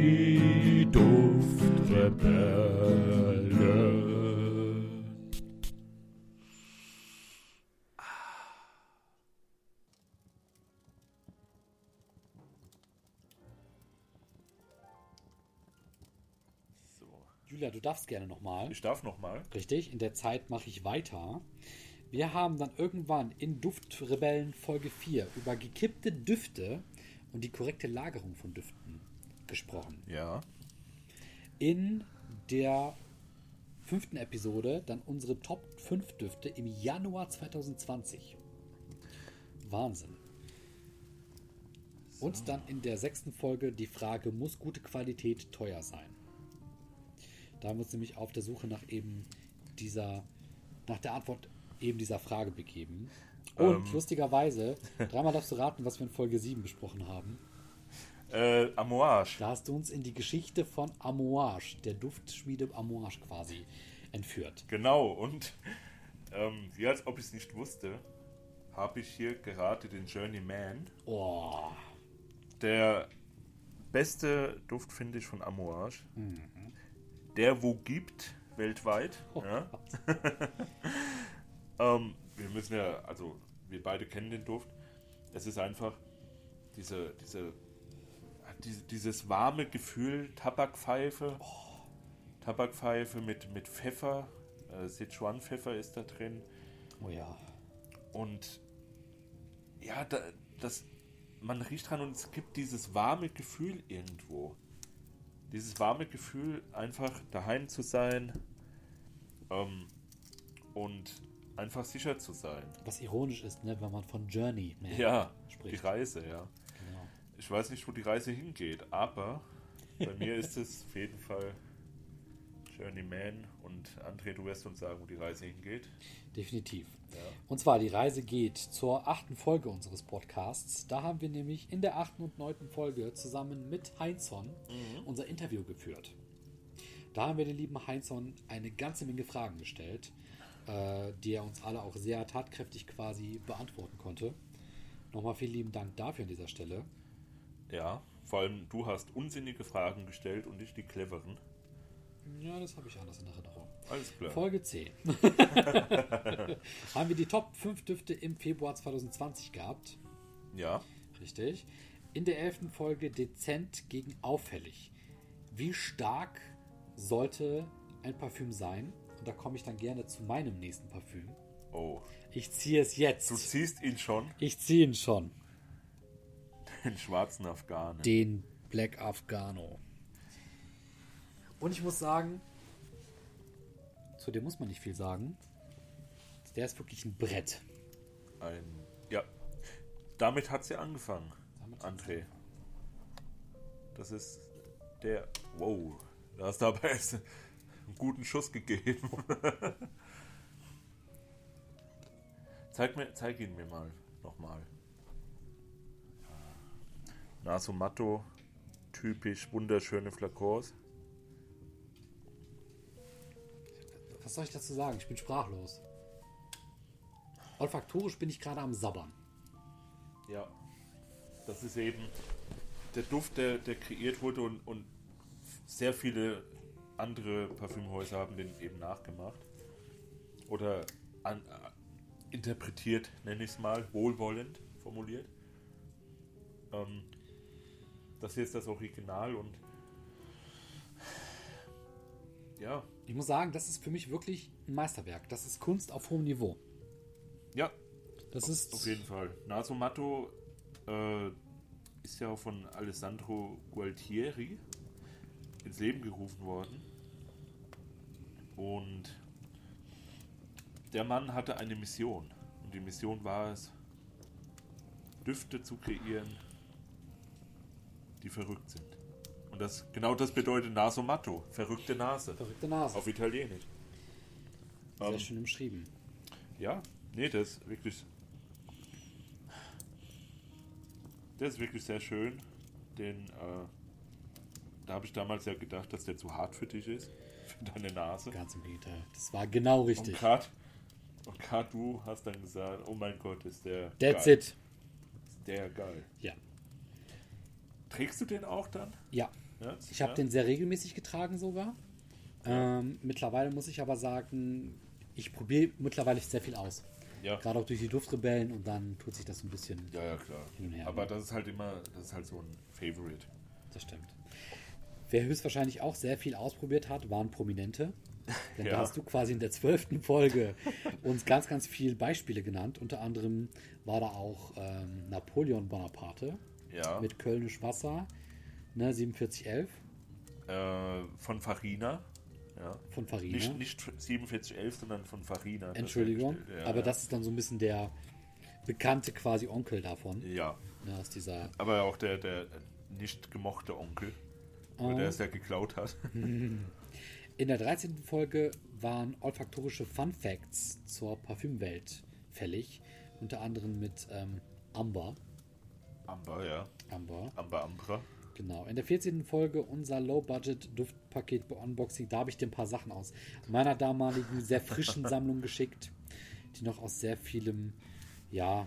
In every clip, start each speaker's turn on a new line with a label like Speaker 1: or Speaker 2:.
Speaker 1: Die Duftrebellen.
Speaker 2: So.
Speaker 3: Julia, du darfst gerne nochmal.
Speaker 2: Ich darf nochmal.
Speaker 3: Richtig, in der Zeit mache ich weiter. Wir haben dann irgendwann in Duftrebellen Folge 4 über gekippte Düfte und die korrekte Lagerung von Düften gesprochen.
Speaker 2: Ja.
Speaker 3: In der fünften Episode dann unsere Top 5 Düfte im Januar 2020. Wahnsinn. Und dann in der sechsten Folge die Frage, muss gute Qualität teuer sein? Da haben wir uns nämlich auf der Suche nach eben dieser, nach der Antwort eben dieser Frage begeben. Und lustigerweise, dreimal darfst du raten, was wir in Folge 7 besprochen haben.
Speaker 2: Äh, Amouage.
Speaker 3: Da hast du uns in die Geschichte von Amouage, der Duftschmiede Amouage quasi, entführt.
Speaker 2: Genau, und ähm, wie als ob ich es nicht wusste, habe ich hier gerade den Journeyman.
Speaker 3: Oh,
Speaker 2: Der beste Duft, finde ich, von Amouage. Der, wo gibt, weltweit. Ja. ähm, wir müssen ja, also wir beide kennen den Duft. Es ist einfach diese, diese, ah, diese dieses warme Gefühl, Tabakpfeife. Tabakpfeife mit, mit Pfeffer. Äh, Sichuan-Pfeffer ist da drin.
Speaker 3: oh ja.
Speaker 2: Und ja, da, das, man riecht dran und es gibt dieses warme Gefühl irgendwo. Dieses warme Gefühl, einfach daheim zu sein ähm, und einfach sicher zu sein.
Speaker 3: Was ironisch ist, ne, wenn man von Journey ne,
Speaker 2: Ja, die
Speaker 3: spricht.
Speaker 2: Reise, ja.
Speaker 3: Genau.
Speaker 2: Ich weiß nicht, wo die Reise hingeht, aber bei mir ist es auf jeden Fall Journeyman und André, du wirst uns sagen, wo die Reise hingeht.
Speaker 3: Definitiv. Und zwar, die Reise geht zur achten Folge unseres Podcasts. Da haben wir nämlich in der achten und neunten Folge zusammen mit Heinzon unser Interview geführt. Da haben wir den lieben Heinzon eine ganze Menge Fragen gestellt, äh, die er uns alle auch sehr tatkräftig quasi beantworten konnte. Nochmal vielen lieben Dank dafür an dieser Stelle.
Speaker 2: Ja, vor allem du hast unsinnige Fragen gestellt und nicht die cleveren.
Speaker 3: Ja, das habe ich anders in Erinnerung.
Speaker 2: Alles klar.
Speaker 3: Folge 10. haben wir die Top 5 Düfte im Februar 2020 gehabt.
Speaker 2: Ja.
Speaker 3: Richtig. In der elften Folge dezent gegen auffällig. Wie stark sollte ein Parfüm sein? Und da komme ich dann gerne zu meinem nächsten Parfüm.
Speaker 2: Oh.
Speaker 3: Ich ziehe es jetzt.
Speaker 2: Du ziehst ihn schon,
Speaker 3: Ich ziehe ihn schon.
Speaker 2: den schwarzen Afghanen.
Speaker 3: Den Black Afghano. Und ich muss sagen, zu dem muss man nicht viel sagen. Der ist wirklich ein Brett.
Speaker 2: Ein, ja. Damit hat sie angefangen,
Speaker 3: Damit hat sie
Speaker 2: André. Das ist der. Wow. Da hast du aber erst einen guten Schuss gegeben. zeig, mir, zeig ihn mir mal nochmal. Naso Matto, typisch wunderschöne Flakors.
Speaker 3: Was soll ich dazu sagen? Ich bin sprachlos. Olfaktorisch bin ich gerade am Sabbern.
Speaker 2: Ja, das ist eben der Duft, der, der kreiert wurde und, und sehr viele andere Parfümhäuser haben den eben nachgemacht. Oder an, äh, interpretiert, nenne ich es mal, wohlwollend formuliert. Ähm, das hier ist das Original und ja,
Speaker 3: Ich muss sagen, das ist für mich wirklich ein Meisterwerk. Das ist Kunst auf hohem Niveau.
Speaker 2: ja,
Speaker 3: Das ist
Speaker 2: Auf jeden Fall. Nasomatto äh, ist ja auch von Alessandro Gualtieri ins Leben gerufen worden. Und der Mann hatte eine Mission. Und die Mission war es, Düfte zu kreieren, die verrückt sind. Und das genau das bedeutet Nasomatto, verrückte Nase.
Speaker 3: verrückte Nase.
Speaker 2: Auf Italienisch.
Speaker 3: Sehr
Speaker 2: Ähm,
Speaker 3: schön umschrieben.
Speaker 2: ja, nee, das ist wirklich. Der ist wirklich sehr schön. Den, äh, da habe ich damals ja gedacht, dass der zu hart für dich ist. Für deine Nase.
Speaker 3: Ganz im Gegenteil. Das war genau
Speaker 2: Und
Speaker 3: richtig.
Speaker 2: gerade und grad du hast dann gesagt, oh mein Gott, ist der
Speaker 3: That's
Speaker 2: geil.
Speaker 3: it.
Speaker 2: Ist der geil.
Speaker 3: Ja.
Speaker 2: Trägst du den auch dann?
Speaker 3: Ja.
Speaker 2: Ja,
Speaker 3: Ich habe
Speaker 2: ja.
Speaker 3: den sehr regelmäßig getragen sogar. Ähm, mittlerweile muss ich aber sagen, ich probiere mittlerweile sehr viel aus.
Speaker 2: Ja.
Speaker 3: Gerade auch durch die Duftrebellen und dann tut sich das ein bisschen.
Speaker 2: ja, ja, klar.
Speaker 3: Hin und her,
Speaker 2: Aber
Speaker 3: ne?
Speaker 2: das ist halt immer, das ist halt so ein Favorite.
Speaker 3: Das stimmt. Wer höchstwahrscheinlich auch sehr viel ausprobiert hat, waren Prominente. Denn
Speaker 2: Ja.
Speaker 3: da hast du quasi in der zwölften Folge uns ganz, ganz viele Beispiele genannt. Unter anderem war da auch ähm, Napoleon Bonaparte
Speaker 2: Ja.
Speaker 3: mit Kölnisch Wasser, ne, 4711
Speaker 2: Äh, von Farina. Ja.
Speaker 3: von Farina.
Speaker 2: Nicht, nicht 4711, sondern von Farina. das
Speaker 3: Entschuldigung.
Speaker 2: hergestellt. Ja,
Speaker 3: aber
Speaker 2: ja.
Speaker 3: das ist dann so ein bisschen der bekannte quasi Onkel davon.
Speaker 2: Ja.
Speaker 3: Ne, aus dieser.
Speaker 2: Aber auch der, der nicht gemochte Onkel.
Speaker 3: Oh.
Speaker 2: Weil der es ja geklaut hat.
Speaker 3: In der 13. Folge waren olfaktorische Fun Facts zur Parfümwelt fällig. Unter anderem mit ähm, Amber.
Speaker 2: Amber, ja.
Speaker 3: Amber,
Speaker 2: Amber Ambra.
Speaker 3: genau. In der 14. Folge unser Low-Budget-Duftpaket-Unboxing. Da habe ich dir ein paar Sachen aus meiner damaligen, sehr frischen Sammlung geschickt, die noch aus sehr vielem, ja,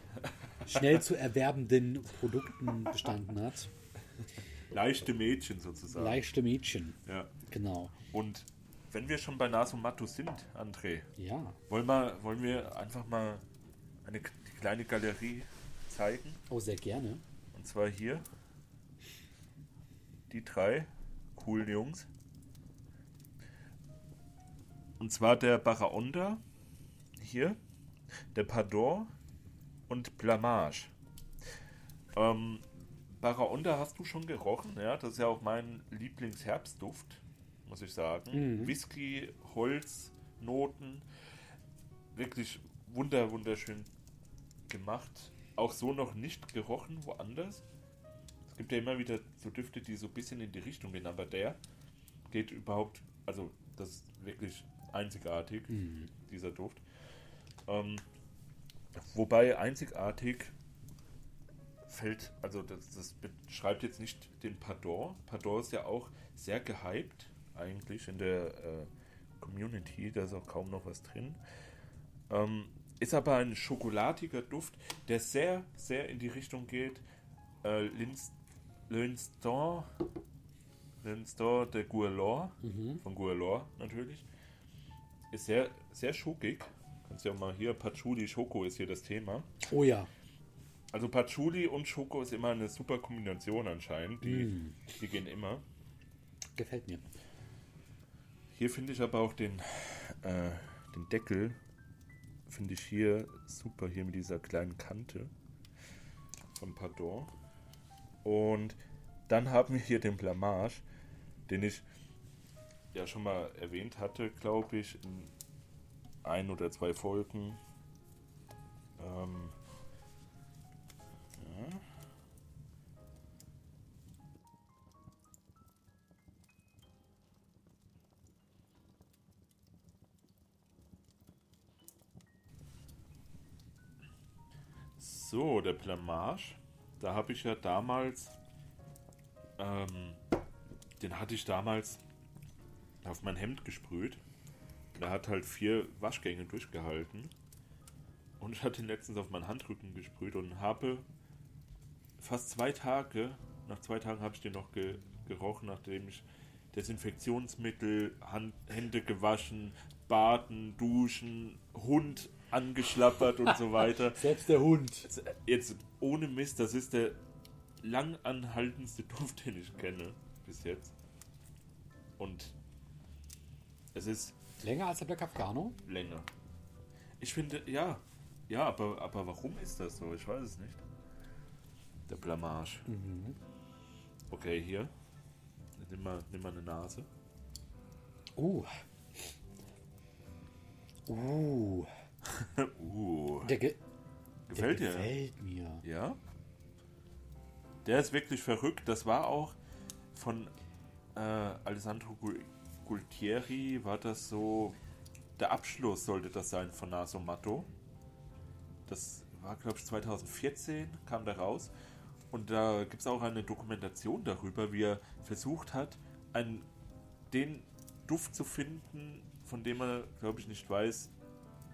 Speaker 3: schnell zu erwerbenden Produkten bestanden hat.
Speaker 2: Leichte Mädchen sozusagen.
Speaker 3: Leichte Mädchen.
Speaker 2: Ja.
Speaker 3: Genau.
Speaker 2: Und wenn wir schon bei Nasomatto sind, André,
Speaker 3: Ja.
Speaker 2: wollen wir, wollen wir einfach mal eine k- die kleine Galerie zeigen?
Speaker 3: Oh, sehr gerne.
Speaker 2: Und zwar hier. Die drei coolen Jungs. Und zwar der Baraonda hier, der Pador und Blamage. Ähm, Baraonda hast du schon gerochen, ja? Das ist ja auch mein Lieblingsherbstduft, muss ich sagen. Whisky, Holz, Noten. Wirklich wunder, wunderschön gemacht. Auch so noch nicht gerochen woanders. Es gibt ja immer wieder so Düfte, die so ein bisschen in die Richtung gehen, aber der geht überhaupt, also das ist wirklich einzigartig,
Speaker 3: Hm.
Speaker 2: dieser Duft. Ähm, wobei einzigartig fällt, also das, das beschreibt jetzt nicht den Pador. Pador ist ja auch sehr gehypt, eigentlich in der äh, Community, da ist auch kaum noch was drin. Ähm, ist aber ein schokoladiger Duft, der sehr, sehr in die Richtung geht. Äh, Lins- Linston, Linston de Gourlor, von Gourlor natürlich. Ist sehr, sehr schokig. Kannst ja auch mal hier, Patchouli Schoko ist hier das Thema.
Speaker 3: Oh ja.
Speaker 2: Also Patchouli und Schoko ist immer eine super Kombination anscheinend. Die, die gehen immer.
Speaker 3: Gefällt mir.
Speaker 2: Hier finde ich aber auch den, äh, den Deckel, finde ich hier super, hier mit dieser kleinen Kante vom Pardon. Und dann haben wir hier den Blamage, den ich ja schon mal erwähnt hatte, glaube ich, in ein oder zwei Folgen. Ähm, So, der Blamage, da habe ich ja damals, ähm, den hatte ich damals auf mein Hemd gesprüht. Der hat halt vier Waschgänge durchgehalten. Und ich hatte ihn letztens auf meinen Handrücken gesprüht und habe fast zwei Tage, nach zwei Tagen habe ich den noch ge gerochen, nachdem ich Desinfektionsmittel, Hand Hände gewaschen, baden, duschen, Hund angeschlappert und so weiter.
Speaker 3: Selbst der Hund.
Speaker 2: Jetzt, jetzt ohne Mist, das ist der langanhaltendste Duft, den ich kenne bis jetzt. Und es ist
Speaker 3: Länger als der Black Afghano?
Speaker 2: länger. Ich finde, ja, ja, aber, aber warum ist das so? Ich weiß es nicht. Der Blamage. Okay, hier. Nimm mal, nimm mal eine Nase.
Speaker 3: Uh. Uh.
Speaker 2: Uh,
Speaker 3: Der, ge
Speaker 2: gefällt
Speaker 3: der
Speaker 2: dir?
Speaker 3: gefällt mir.
Speaker 2: Ja. Der ist wirklich verrückt. Das war auch von äh, Alessandro Gu- Gualtieri, war das so. Der Abschluss sollte das sein von Nasomatto. Das war, glaube ich, 2014 kam der raus. Und da gibt es auch eine Dokumentation darüber, wie er versucht hat, einen, den Duft zu finden, von dem er, glaube ich, nicht weiß,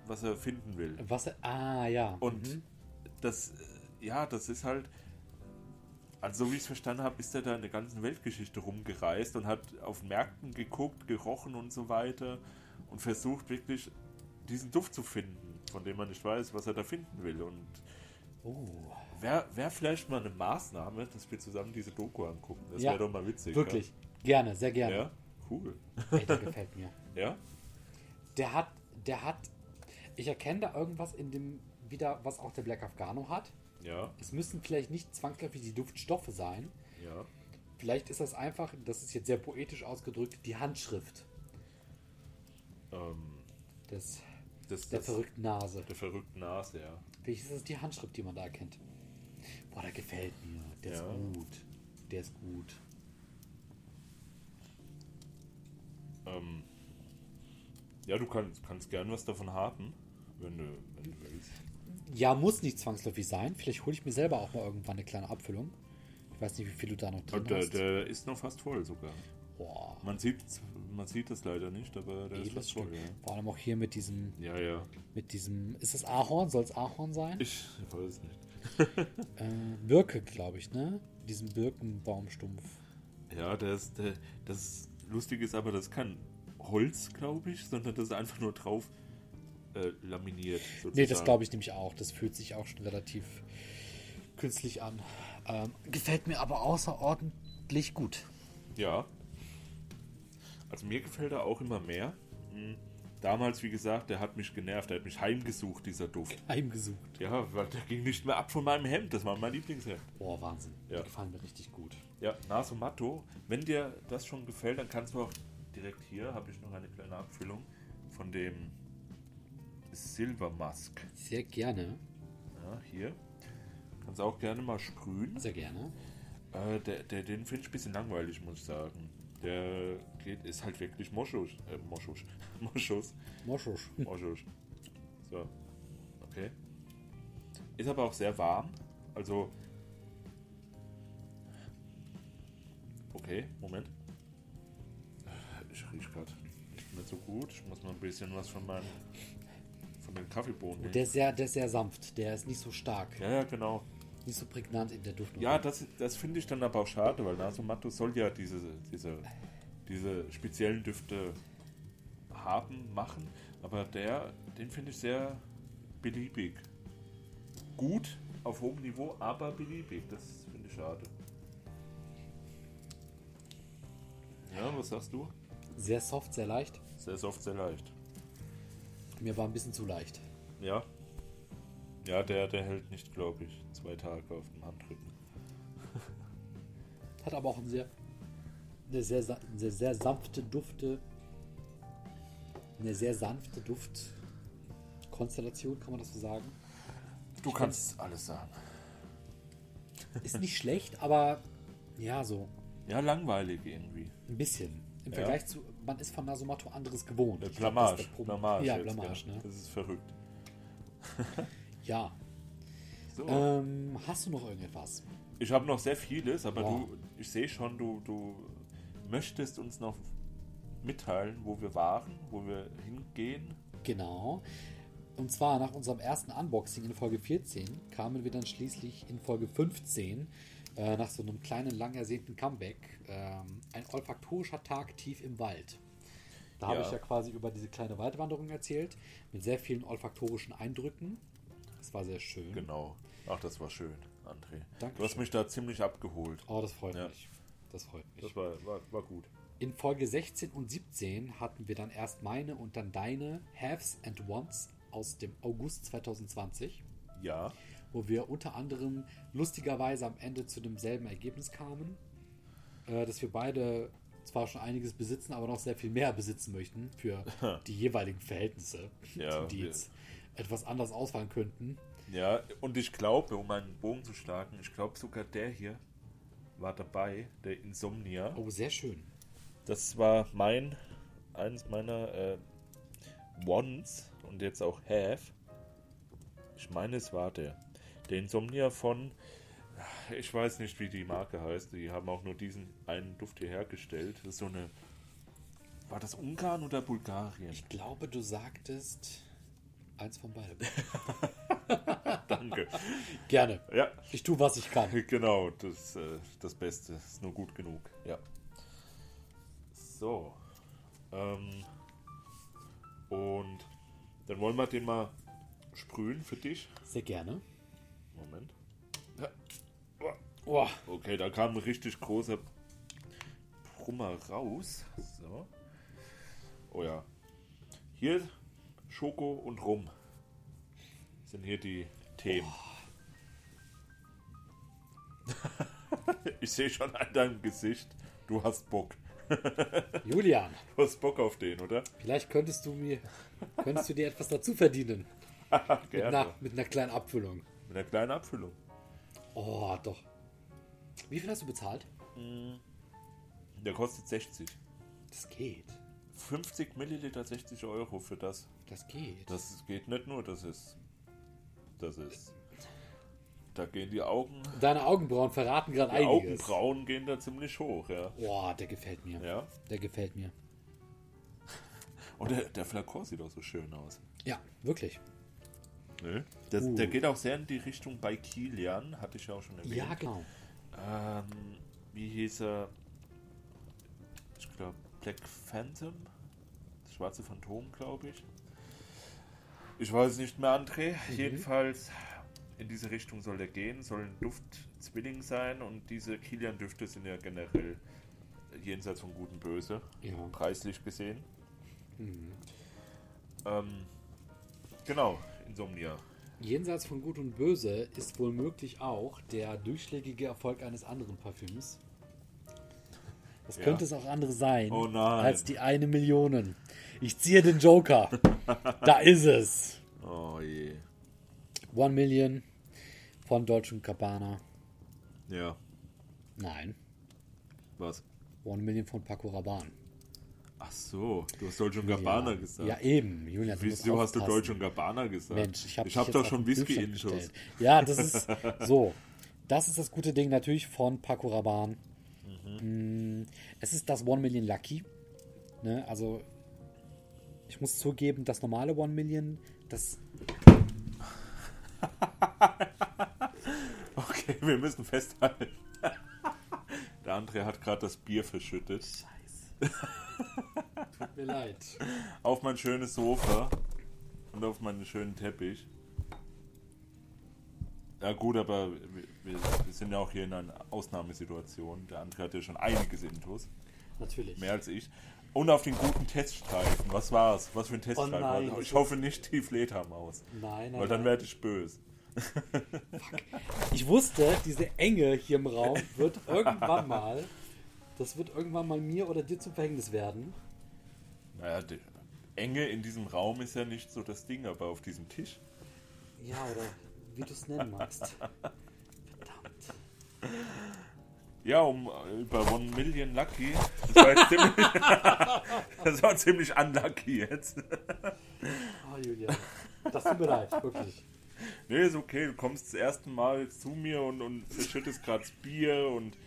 Speaker 2: was er finden will.
Speaker 3: Was? Ah, ja.
Speaker 2: Und das, äh, ja, das ist halt Also so wie ich es verstanden habe, ist er da in der ganzen Weltgeschichte rumgereist und hat auf Märkten geguckt, gerochen und so weiter und versucht wirklich diesen Duft zu finden, von dem man nicht weiß, was er da finden will. Und
Speaker 3: Oh.
Speaker 2: wäre wär vielleicht mal eine Maßnahme, dass wir zusammen diese Doku angucken. Das
Speaker 3: Ja,
Speaker 2: wäre doch mal witzig.
Speaker 3: Wirklich. Gerne, sehr
Speaker 2: Ja,
Speaker 3: gerne.
Speaker 2: ja? cool.
Speaker 3: Ey, der gefällt mir.
Speaker 2: Ja?
Speaker 3: Der hat, der hat, ich erkenne da irgendwas in dem wieder, was auch der Black Afghano hat.
Speaker 2: Ja,
Speaker 3: Es müssen vielleicht nicht zwangsläufig die Duftstoffe sein.
Speaker 2: ja.
Speaker 3: Vielleicht ist das einfach, das ist jetzt sehr poetisch ausgedrückt, die Handschrift
Speaker 2: Ähm,
Speaker 3: des,
Speaker 2: das,
Speaker 3: der
Speaker 2: das,
Speaker 3: verrückten Nase.
Speaker 2: der verrückten Nase, ja.
Speaker 3: Vielleicht ist es die Handschrift, die man da erkennt. Boah, der gefällt mir. Der
Speaker 2: Ja.
Speaker 3: ist gut. Der ist gut.
Speaker 2: Ähm, ja, du kannst, kannst gern was davon haben, wenn du, wenn du willst.
Speaker 3: Ja, muss nicht zwangsläufig sein. Vielleicht hole ich mir selber auch mal irgendwann eine kleine Abfüllung. Ich weiß nicht, wie viel du da noch drin
Speaker 2: Und der,
Speaker 3: hast.
Speaker 2: der ist noch fast voll sogar.
Speaker 3: Boah,
Speaker 2: Man sieht, man sieht das leider nicht, aber der ist
Speaker 3: edles
Speaker 2: fast voll,
Speaker 3: Stück. Vor allem auch hier mit diesem,
Speaker 2: ja. Ja, ja.
Speaker 3: mit diesem. Ist es Ahorn? Soll es Ahorn sein?
Speaker 2: Ich weiß es nicht.
Speaker 3: Äh, Birke, glaube ich, ne? Diesen Birkenbaumstumpf.
Speaker 2: Ja, das, der, das Lustige ist aber, das ist kein Holz, glaube ich, sondern das ist einfach nur drauf äh, laminiert. Sozusagen.
Speaker 3: Nee, das glaube ich nämlich auch. Das fühlt sich auch schon relativ künstlich an. Ähm, gefällt mir aber außerordentlich gut.
Speaker 2: Ja. Also mir gefällt er auch immer mehr. Hm. Damals, wie gesagt, der hat mich genervt, der hat mich heimgesucht, dieser Duft.
Speaker 3: Heimgesucht.
Speaker 2: Ja, weil der ging nicht mehr ab von meinem Hemd, das war mein Lieblingshemd.
Speaker 3: Boah, Wahnsinn.
Speaker 2: Ja.
Speaker 3: Die gefallen mir richtig gut.
Speaker 2: Ja, Nasomatto, wenn dir das schon gefällt, dann kannst du auch direkt hier, habe ich noch eine kleine Abfüllung von dem Silvermask.
Speaker 3: Sehr gerne.
Speaker 2: Ja, hier. Kannst auch gerne mal sprühen.
Speaker 3: Sehr gerne.
Speaker 2: Äh, der, der, den finde ich ein bisschen langweilig, muss ich sagen. Der geht, ist halt wirklich Moschus. Äh, Moschus. Moschus.
Speaker 3: Moschusch.
Speaker 2: Moschus. Oh, So. Okay. Ist aber auch sehr warm. Also. Okay, Moment. Ich riech gerade nicht so gut. Ich muss mal ein bisschen was von meinem. von dem Kaffeebohnen.
Speaker 3: Und
Speaker 2: nehmen.
Speaker 3: der ist, sehr, der ist sehr sanft, der ist nicht so stark,
Speaker 2: Ja, ja, genau.
Speaker 3: nicht so prägnant in der Duftnote.
Speaker 2: Ja, das, das finde ich dann aber auch schade, weil Nasomatto soll ja diese, diese, diese speziellen Düfte haben, machen. Aber der, den finde ich sehr beliebig. Gut, auf hohem Niveau, aber beliebig. Das finde ich schade. Ja, was sagst du?
Speaker 3: Sehr soft, sehr leicht.
Speaker 2: Sehr soft, sehr leicht.
Speaker 3: Mir war ein bisschen zu leicht.
Speaker 2: Ja. Ja, der, der hält nicht, glaube ich, zwei Tage auf dem Handrücken.
Speaker 3: Hat aber auch einen sehr, eine sehr, sa- sehr, sehr sanfte Dufte, eine sehr sanfte Duftkonstellation, kann man das so sagen.
Speaker 2: Du kannst alles sagen.
Speaker 3: Ist nicht schlecht, aber ja, so
Speaker 2: Ja, langweilig irgendwie.
Speaker 3: ein bisschen. Im
Speaker 2: Ja.
Speaker 3: Vergleich zu, man ist von Nasomato anderes gewohnt.
Speaker 2: Äh,
Speaker 3: Ich glaub, das
Speaker 2: Blamage.
Speaker 3: ist der Problem.
Speaker 2: Blamage.
Speaker 3: Ja,
Speaker 2: jetzt,
Speaker 3: Blamage,
Speaker 2: gell?
Speaker 3: ne?
Speaker 2: Das ist verrückt.
Speaker 3: Ja.
Speaker 2: So.
Speaker 3: Ähm, hast du noch irgendetwas?
Speaker 2: ich habe noch sehr vieles, aber
Speaker 3: Boah.
Speaker 2: du, ich sehe schon, du, du möchtest uns noch mitteilen, wo wir waren, wo wir hingehen.
Speaker 3: Genau. Und zwar nach unserem ersten Unboxing in Folge 14 kamen wir dann schließlich in Folge 15 äh, nach so einem kleinen, lang ersehnten Comeback. Ähm, ein olfaktorischer Tag tief im Wald. Da habe
Speaker 2: Ja.
Speaker 3: ich ja quasi über diese kleine Waldwanderung erzählt, mit sehr vielen olfaktorischen Eindrücken. Das war sehr schön.
Speaker 2: Genau. Ach, das war schön, André.
Speaker 3: Dankeschön.
Speaker 2: Du hast mich da ziemlich abgeholt.
Speaker 3: Oh, das freut
Speaker 2: Ja.
Speaker 3: mich. Das freut mich.
Speaker 2: Das war, war, war gut.
Speaker 3: In Folge 16 und 17 hatten wir dann erst meine und dann deine Haves and Wants aus dem August 2020.
Speaker 2: Ja.
Speaker 3: wo wir unter anderem lustigerweise am Ende zu demselben Ergebnis kamen, äh, dass wir beide zwar schon einiges besitzen, aber noch sehr viel mehr besitzen möchten für die jeweiligen Verhältnisse,
Speaker 2: Ja,
Speaker 3: die
Speaker 2: wir-
Speaker 3: jetzt etwas anders ausfallen könnten.
Speaker 2: Ja, und ich glaube, um einen Bogen zu schlagen, ich glaube sogar der hier war dabei, der Insomnia.
Speaker 3: Oh, sehr schön.
Speaker 2: Das war mein, eines meiner äh, Wants und jetzt auch Have. Ich meine, es war der. Der Insomnia von, ich weiß nicht, wie die Marke heißt. Die haben auch nur diesen einen Duft hier hergestellt. Das ist so eine, war das Ungarn oder Bulgarien?
Speaker 3: Ich glaube, du sagtest Eins von beidem.
Speaker 2: Danke.
Speaker 3: Gerne.
Speaker 2: Ja,
Speaker 3: Ich tue, was ich kann.
Speaker 2: genau, das äh, das Beste. Ist nur gut genug. Ja. So. Ähm, und dann wollen wir den mal sprühen für dich.
Speaker 3: Sehr gerne.
Speaker 2: Moment.
Speaker 3: Oh,
Speaker 2: Okay, da kam ein richtig großer Brummer raus. So. Oh ja. Hier Schoko und Rum sind hier die Themen. ich sehe schon an deinem Gesicht, du hast Bock.
Speaker 3: Julian,
Speaker 2: Du hast Bock auf den, oder?
Speaker 3: vielleicht könntest du mir, könntest du dir etwas dazu verdienen. Mit
Speaker 2: Gerne.
Speaker 3: einer, mit einer kleinen Abfüllung.
Speaker 2: Mit einer kleinen Abfüllung.
Speaker 3: Oh, doch. Wie viel hast du bezahlt?
Speaker 2: Der kostet 60.
Speaker 3: Das geht.
Speaker 2: 50 Milliliter 60 Euro für das.
Speaker 3: Das geht.
Speaker 2: Das geht nicht nur, das ist. Das ist. Da gehen die Augen.
Speaker 3: Deine Augenbrauen verraten gerade
Speaker 2: Die
Speaker 3: einiges.
Speaker 2: Augenbrauen gehen da ziemlich hoch, ja.
Speaker 3: Boah, der gefällt mir.
Speaker 2: Ja.
Speaker 3: Der gefällt mir.
Speaker 2: Und der, der Flakon sieht auch so schön aus.
Speaker 3: Ja, wirklich.
Speaker 2: Ne? Das,
Speaker 3: Uh.
Speaker 2: Der geht auch sehr in die Richtung bei Kilian, hatte ich ja auch schon erwähnt.
Speaker 3: Ja, genau.
Speaker 2: Ähm, wie hieß er? Ich glaube, Black Phantom? Das schwarze Phantom, glaube ich. Ich weiß nicht mehr, André.
Speaker 3: Mhm.
Speaker 2: Jedenfalls in diese Richtung soll der gehen, soll ein Duftzwilling sein und diese Kilian-Düfte sind ja generell jenseits von Gut und Böse,
Speaker 3: Ja. Mhm.
Speaker 2: preislich gesehen. Ähm, genau, Insomnia.
Speaker 3: Jenseits von Gut und Böse ist wohl möglich auch der durchschlägige Erfolg eines anderen Parfüms. Das
Speaker 2: Ja.
Speaker 3: könnte es auch andere sein
Speaker 2: Oh nein.
Speaker 3: als die eine Million. Ich ziehe den Joker. da ist es.
Speaker 2: Oh je.
Speaker 3: One Million von Deutschen Cabana.
Speaker 2: Ja,
Speaker 3: Nein,
Speaker 2: was?
Speaker 3: One Million von Paco Rabanne.
Speaker 2: Ach so, du hast Dolce Gabbana
Speaker 3: ja.
Speaker 2: gesagt.
Speaker 3: Ja, eben. Julian, du musst
Speaker 2: Wieso hast du
Speaker 3: aufpassen.
Speaker 2: Deutsch und Gabbana gesagt?
Speaker 3: Mensch, ich habe
Speaker 2: hab doch schon Whisky in Schuss.
Speaker 3: Ja, das ist so. Das ist das gute Ding natürlich von Paco Rabanne.
Speaker 2: Mhm.
Speaker 3: Mm, Es ist das One Million Lucky. Ne? Also, ich muss zugeben, das normale One Million, das.
Speaker 2: Okay, wir müssen festhalten. Der André hat gerade das Bier verschüttet.
Speaker 3: Tut mir leid.
Speaker 2: Auf mein schönes Sofa und auf meinen schönen Teppich. Ja gut, aber wir, wir, wir sind ja auch hier in einer Ausnahmesituation. Der André hat ja schon einiges Intus,
Speaker 3: Natürlich.
Speaker 2: mehr als ich. Und auf den guten Teststreifen. Was war's? Was für ein Teststreifen?
Speaker 3: Oh nein,
Speaker 2: war's?
Speaker 3: das
Speaker 2: ich hoffe nicht die Fletham aus.
Speaker 3: Nein, nein.
Speaker 2: Weil dann
Speaker 3: nein.
Speaker 2: werde ich böse.
Speaker 3: Ich wusste, diese Enge hier im Raum wird irgendwann mal. Das wird irgendwann mal mir oder dir zum Verhängnis werden.
Speaker 2: Naja, die Enge in diesem Raum ist ja nicht so das Ding, aber auf diesem Tisch.
Speaker 3: Ja, oder wie du es nennen magst. Verdammt.
Speaker 2: Ja, um äh, über One Million Lucky. Das war, jetzt ziemlich, das war ziemlich unlucky jetzt.
Speaker 3: Oh, Julian. Das tut mir leid, wirklich.
Speaker 2: Nee, ist okay, du kommst zum ersten Mal zu mir und, und verschüttest gerade das Bier und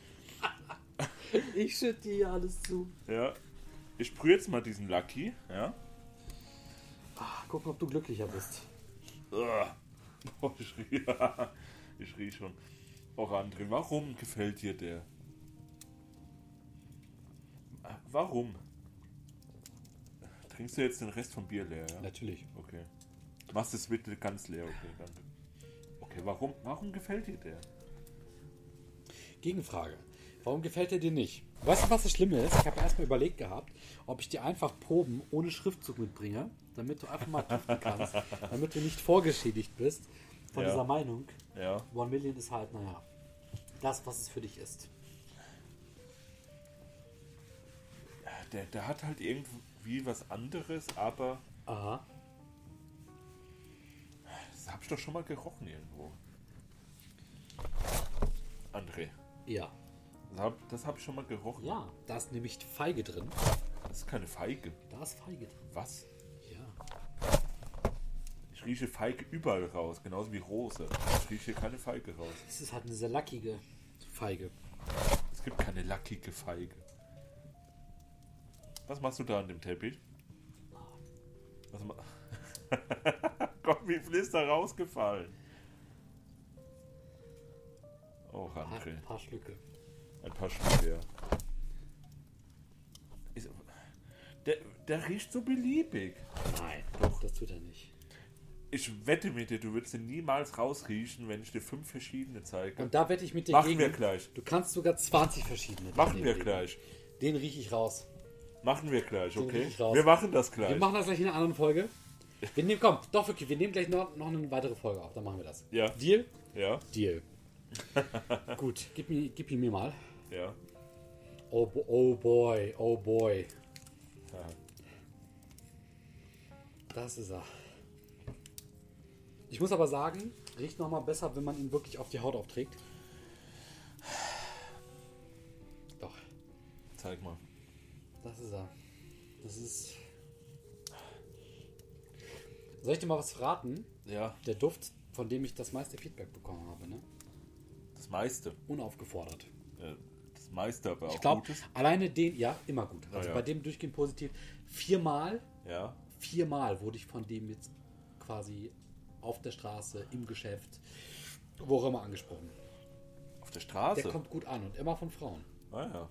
Speaker 3: Ich schütte dir hier alles zu.
Speaker 2: ja. Ich sprühe jetzt mal diesen Lucky, ja.
Speaker 3: Ach, gucken, Ah, ob du glücklicher bist.
Speaker 2: Uah. Oh, ich riech, ich riech schon. Auch André, warum gefällt dir der? Warum? Trinkst du jetzt den Rest vom Bier leer, ja?
Speaker 3: Natürlich.
Speaker 2: Okay. Machst das bitte ganz leer, okay, danke. Okay, warum, warum gefällt dir der?
Speaker 3: Gegenfrage. Warum gefällt er dir nicht? Weißt du, was das Schlimme ist? Ich habe erstmal überlegt gehabt, ob ich dir einfach Proben ohne Schriftzug mitbringe, damit du einfach mal tüfteln kannst, damit du nicht vorgeschädigt bist von
Speaker 2: Ja.
Speaker 3: dieser Meinung.
Speaker 2: Ja.
Speaker 3: One Million ist halt, naja, das, was es für dich ist.
Speaker 2: Der, der hat halt irgendwie was anderes, aber
Speaker 3: Aha.
Speaker 2: das hab ich doch schon mal gerochen irgendwo. André,
Speaker 3: Ja.
Speaker 2: das hab, das hab ich schon mal gerochen.
Speaker 3: Ja, da ist nämlich Feige drin.
Speaker 2: Das ist keine Feige.
Speaker 3: Da ist Feige drin.
Speaker 2: Was?
Speaker 3: Ja.
Speaker 2: Ich rieche Feige überall raus, genauso wie Rose. Ich rieche keine Feige raus.
Speaker 3: Es ist halt eine sehr lackige Feige.
Speaker 2: Es gibt keine lackige Feige. Was machst du da an dem Teppich? Was ma Gott, wie viel ist da rausgefallen? Auch
Speaker 3: Ein
Speaker 2: Handgrill.
Speaker 3: paar Schlücke.
Speaker 2: Oh, Ein paar Stück, ja. Ist, der, der riecht so beliebig.
Speaker 3: Nein, das tut er nicht.
Speaker 2: Ich wette mit dir, du würdest ihn niemals rausriechen, wenn ich dir fünf verschiedene zeige.
Speaker 3: Und da wette ich mit dir
Speaker 2: Machen
Speaker 3: gegen.
Speaker 2: wir gleich.
Speaker 3: Du kannst sogar 20 verschiedene.
Speaker 2: Machen
Speaker 3: daneben
Speaker 2: wir
Speaker 3: legen.
Speaker 2: gleich.
Speaker 3: Den rieche ich raus.
Speaker 2: Machen wir gleich, okay?
Speaker 3: riech raus.
Speaker 2: Wir machen das
Speaker 3: Wir
Speaker 2: gleich.
Speaker 3: machen das gleich in einer anderen Folge. Wir nehmen, komm, doch wirklich, wir nehmen gleich noch, noch eine weitere Folge auf. Dann machen wir das.
Speaker 2: Ja.
Speaker 3: Deal?
Speaker 2: Ja,
Speaker 3: Deal. Gut, gib, mir, gib ihn mir mal.
Speaker 2: ja.
Speaker 3: Oh, bo- oh boy, oh boy.
Speaker 2: Aha.
Speaker 3: Das ist er. Ich muss aber sagen, riecht nochmal besser, wenn man ihn wirklich auf die Haut aufträgt. Doch,
Speaker 2: Zeig mal.
Speaker 3: das ist er. Das ist. Soll ich dir mal was verraten?
Speaker 2: Ja,
Speaker 3: Der Duft, von dem ich das meiste Feedback bekommen habe, ne?
Speaker 2: das meiste.
Speaker 3: Unaufgefordert.
Speaker 2: Äh, Das meiste aber auch
Speaker 3: Ich glaube,
Speaker 2: Gutes.
Speaker 3: alleine den, ja, immer gut.
Speaker 2: Ah,
Speaker 3: Also
Speaker 2: ja.
Speaker 3: bei dem durchgehend positiv. Viermal,
Speaker 2: Ja,
Speaker 3: viermal wurde ich von dem jetzt quasi auf der Straße, im Geschäft, wo auch immer angesprochen.
Speaker 2: auf der
Speaker 3: Der
Speaker 2: Straße.
Speaker 3: kommt gut an und immer von Frauen.
Speaker 2: Ah ja.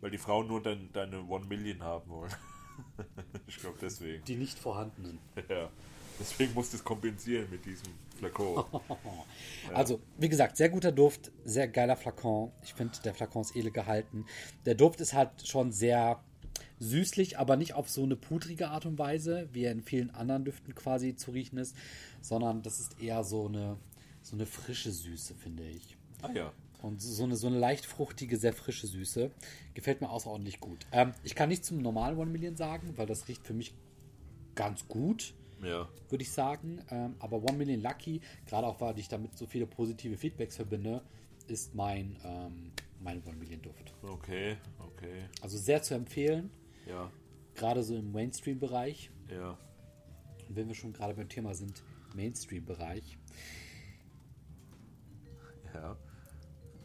Speaker 2: Weil die Frauen nur dein, deine One Million haben wollen. ich glaube deswegen.
Speaker 3: Die nicht vorhandenen.
Speaker 2: Ja. Deswegen musst du es kompensieren mit diesem Flakon.
Speaker 3: Also, wie gesagt, sehr guter Duft, sehr geiler Flakon. Ich finde, der Flakon ist edel gehalten. Der Duft ist halt schon sehr süßlich, aber nicht auf so eine pudrige Art und Weise, wie er in vielen anderen Düften quasi zu riechen ist, sondern das ist eher so eine, so eine frische Süße, finde ich.
Speaker 2: Ah ja.
Speaker 3: Und so eine, so eine leicht fruchtige, sehr frische Süße. Gefällt mir außerordentlich gut. Ähm, ich kann nichts zum normalen One Million sagen, weil das riecht für mich ganz gut
Speaker 2: Ja.
Speaker 3: würde ich sagen. Ähm, aber One Million Lucky, gerade auch weil ich damit so viele positive Feedbacks verbinde, ist mein, ähm, mein One Million Duft.
Speaker 2: Okay, okay.
Speaker 3: Also sehr zu empfehlen,
Speaker 2: Ja,
Speaker 3: gerade so im Mainstream-Bereich.
Speaker 2: ja.
Speaker 3: Und wenn wir schon gerade beim Thema sind, Mainstream-Bereich.
Speaker 2: Ja.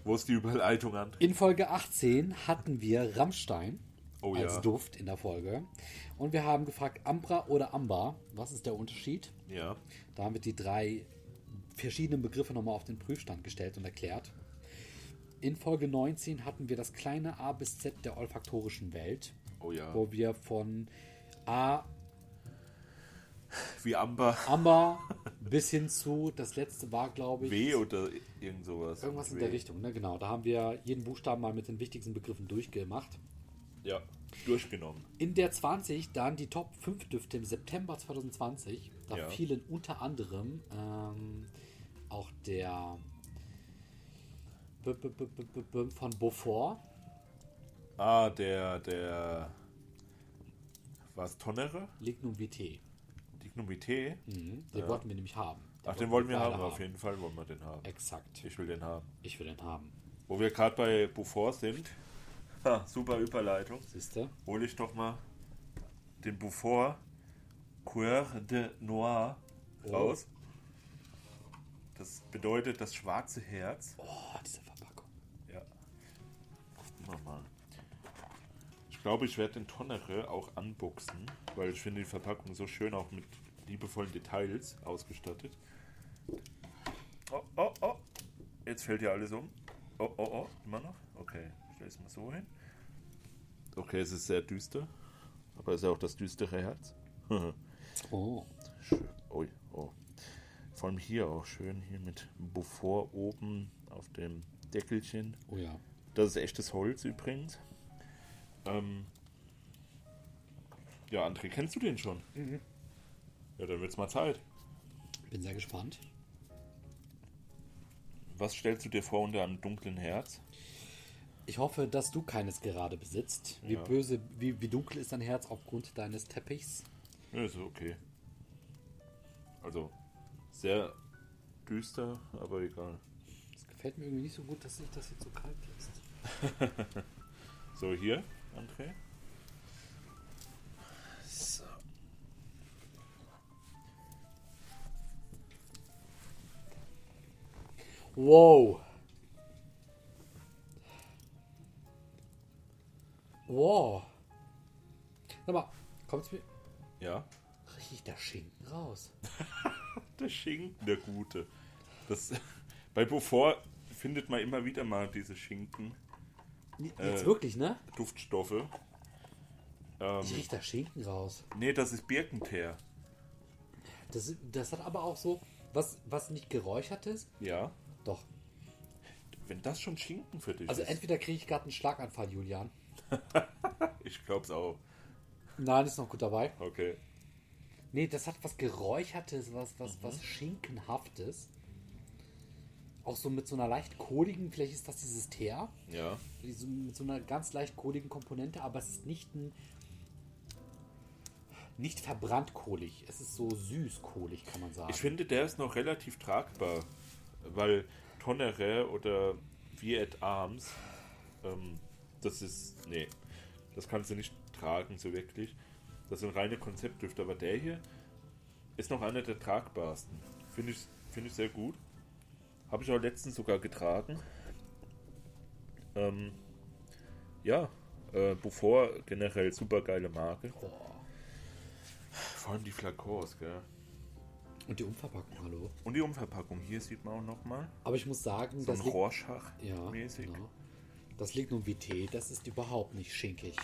Speaker 2: Wo ist die Überleitung an?
Speaker 3: In Folge 18 hatten wir Rammstein
Speaker 2: Oh
Speaker 3: als
Speaker 2: ja.
Speaker 3: Duft in der Folge. Und wir haben gefragt, Ambra oder Amber, was ist der Unterschied?
Speaker 2: Ja.
Speaker 3: Da haben wir die drei verschiedenen Begriffe nochmal auf den Prüfstand gestellt und erklärt. In Folge 19 hatten wir das kleine A bis Z der olfaktorischen Welt,
Speaker 2: Oh ja.
Speaker 3: wo wir von A,
Speaker 2: Wie Amber.
Speaker 3: Amber bis hin zu, das letzte war, glaube ich,
Speaker 2: W oder irgend sowas.
Speaker 3: irgendwas in
Speaker 2: W.
Speaker 3: der Richtung. Ne? Genau, da haben wir jeden Buchstaben mal mit den wichtigsten Begriffen durchgemacht.
Speaker 2: Ja. Durchgenommen.
Speaker 3: In der 20 dann die Top 5 Düfte im September 2020. Da
Speaker 2: Ja.
Speaker 3: fielen unter anderem ähm, auch der b -b -b -b -b -b von Beaufort.
Speaker 2: Ah, der, der. Was? Tonnere?
Speaker 3: Lignum VT.
Speaker 2: Dignum VT?
Speaker 3: Mhm. Den wollten wir nämlich haben.
Speaker 2: Ach, den wollen wir
Speaker 3: beide
Speaker 2: haben, auf jeden Fall wollen wir den haben.
Speaker 3: Exakt.
Speaker 2: Ich will den haben.
Speaker 3: Ich will den haben.
Speaker 2: Wo wir gerade bei Beaufort sind, ha, super Überleitung,
Speaker 3: Siehste?
Speaker 2: hole ich doch mal den Beaufort Coeur de Noir raus. Das bedeutet das schwarze Herz.
Speaker 3: Oh, diese Verpackung.
Speaker 2: Ja. Guck mal. Ich glaube, ich werde den Tonnere auch unboxen, weil ich finde die Verpackung so schön, auch mit liebevollen Details ausgestattet. Oh, oh, oh. Jetzt fällt ja alles um. Oh, oh, oh. Immer noch? Okay. Stell es mal so hin. Okay, es ist sehr düster. Aber es ist ja auch das düstere Herz.
Speaker 3: Oh.
Speaker 2: Schön. Ui, oh. Vor allem hier auch schön, hier mit Beaufort oben auf dem Deckelchen.
Speaker 3: Oh ja.
Speaker 2: Das ist echtes Holz übrigens. Ähm, ja, André, kennst du den schon? Ja, dann wird's mal Zeit.
Speaker 3: Bin sehr gespannt.
Speaker 2: Was stellst du dir vor unter einem dunklen Herz?
Speaker 3: Ich hoffe, dass du keines gerade besitzt. Wie
Speaker 2: Ja.
Speaker 3: böse, wie, wie dunkel ist dein Herz aufgrund deines Teppichs?
Speaker 2: Ja, ist okay. Also, sehr düster, aber egal.
Speaker 3: Das gefällt mir irgendwie nicht so gut, dass sich das jetzt so kalt lässt.
Speaker 2: So, hier, André. So.
Speaker 3: Wow. Wow. Sag mal, kommt's mir.
Speaker 2: Ja,
Speaker 3: Riecht tatsächlich der Schinken raus.
Speaker 2: Der Schinken, der gute. Das, bei Beaufort findet man immer wieder mal diese Schinken,
Speaker 3: Jetzt
Speaker 2: Äh,
Speaker 3: wirklich, ne?
Speaker 2: Duftstoffe. Ähm,
Speaker 3: Ich rieche da Schinken raus.
Speaker 2: nee, das ist Birkenteer.
Speaker 3: Das, das hat aber auch so, was, was nicht geräuchert ist.
Speaker 2: Ja.
Speaker 3: Doch.
Speaker 2: Wenn das schon Schinken für dich
Speaker 3: Also
Speaker 2: ist.
Speaker 3: entweder kriege ich gerade einen Schlaganfall, Julian.
Speaker 2: Ich glaub's auch.
Speaker 3: Nein, ist noch gut dabei.
Speaker 2: Okay.
Speaker 3: Nee, das hat was Geräuchertes, was, was,
Speaker 2: Mhm.
Speaker 3: was Schinkenhaftes. Auch so mit so einer leicht kohligen, vielleicht ist das dieses Teer.
Speaker 2: Ja.
Speaker 3: Die so- Mit so einer ganz leicht kohligen Komponente, aber es ist nicht ein. Nicht verbrannt kohlig. Es ist so süß kohlig, kann man sagen.
Speaker 2: Ich finde, der ist noch relativ tragbar, weil Tonnere oder Viet Arms, ähm, das ist, nee, das kannst du nicht tragen, so wirklich. Das sind reine Konzeptdüfte, aber der hier ist noch einer der tragbarsten. Finde ich, finde ich sehr gut. Habe ich auch letztens sogar getragen. Ähm, ja, äh, Beaufort generell super geile Marke.
Speaker 3: Boah.
Speaker 2: Vor allem die Flakons, gell?
Speaker 3: Und die Umverpackung, hallo.
Speaker 2: Und die Umverpackung, hier sieht man auch nochmal.
Speaker 3: Aber ich muss sagen,
Speaker 2: So ein
Speaker 3: das liegt Ja,
Speaker 2: Rorschach-mäßig.
Speaker 3: genau. Das Lignum Vitae, das ist überhaupt nicht schinkig.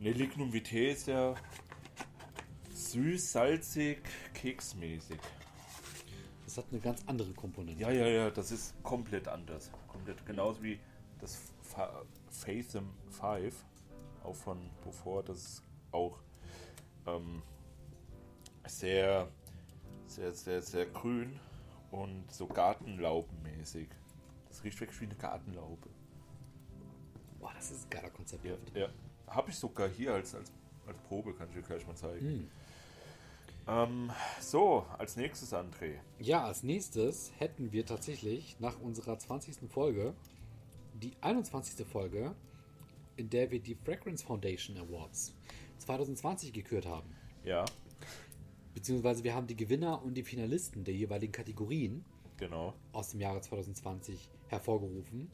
Speaker 2: Ne, Lignum Vitae ist ja süß, salzig, keksmäßig.
Speaker 3: Das hat eine ganz andere Komponente.
Speaker 2: Ja, ja, ja, das ist komplett anders. Komplett genauso wie das Fa Fathom 5, auch von Beaufort, das ist auch ähm, sehr, sehr, sehr, sehr grün und so gartenlaubenmäßig. Das riecht wirklich wie eine Gartenlaube.
Speaker 3: Boah, das ist ein geiler Konzept.
Speaker 2: Ja, ja. Habe ich sogar hier als, als, als Probe, kann ich dir gleich mal zeigen. Ähm, so, als nächstes André.
Speaker 3: Ja, als nächstes hätten wir tatsächlich nach unserer 20. Folge die 21. Folge, in der wir die Fragrance Foundation Awards 2020 gekürt haben.
Speaker 2: Ja,
Speaker 3: Beziehungsweise wir haben die Gewinner und die Finalisten der jeweiligen Kategorien
Speaker 2: genau.
Speaker 3: aus dem Jahre 2020 hervorgerufen.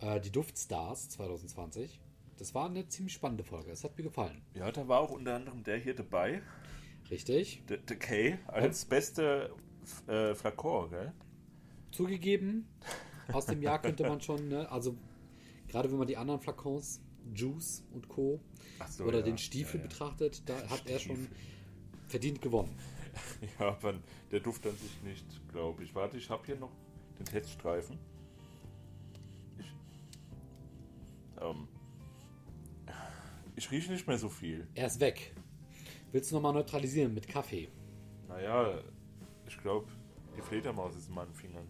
Speaker 3: Äh, die Duftstars 2020. Das war eine ziemlich spannende Folge. Es hat mir gefallen.
Speaker 2: Ja, da war auch unter anderem der hier dabei,
Speaker 3: Richtig.
Speaker 2: der, der Kay, als beste äh, Flakon, gell?
Speaker 3: Zugegeben, aus dem Jahr könnte man schon, ne, also gerade wenn man die anderen Flakons, Juice und Co.
Speaker 2: Ach so,
Speaker 3: oder
Speaker 2: ja,
Speaker 3: den Stiefel
Speaker 2: ja, ja.
Speaker 3: betrachtet, da hat er schon verdient gewonnen.
Speaker 2: Ja, aber der Duft an sich nicht, glaube ich. Warte, ich habe hier noch den Teststreifen. Ich, ähm, ich rieche nicht mehr so viel.
Speaker 3: Er ist weg. Willst du nochmal neutralisieren mit Kaffee?
Speaker 2: Naja, ich glaube, die Fledermaus ist in meinen Fingern.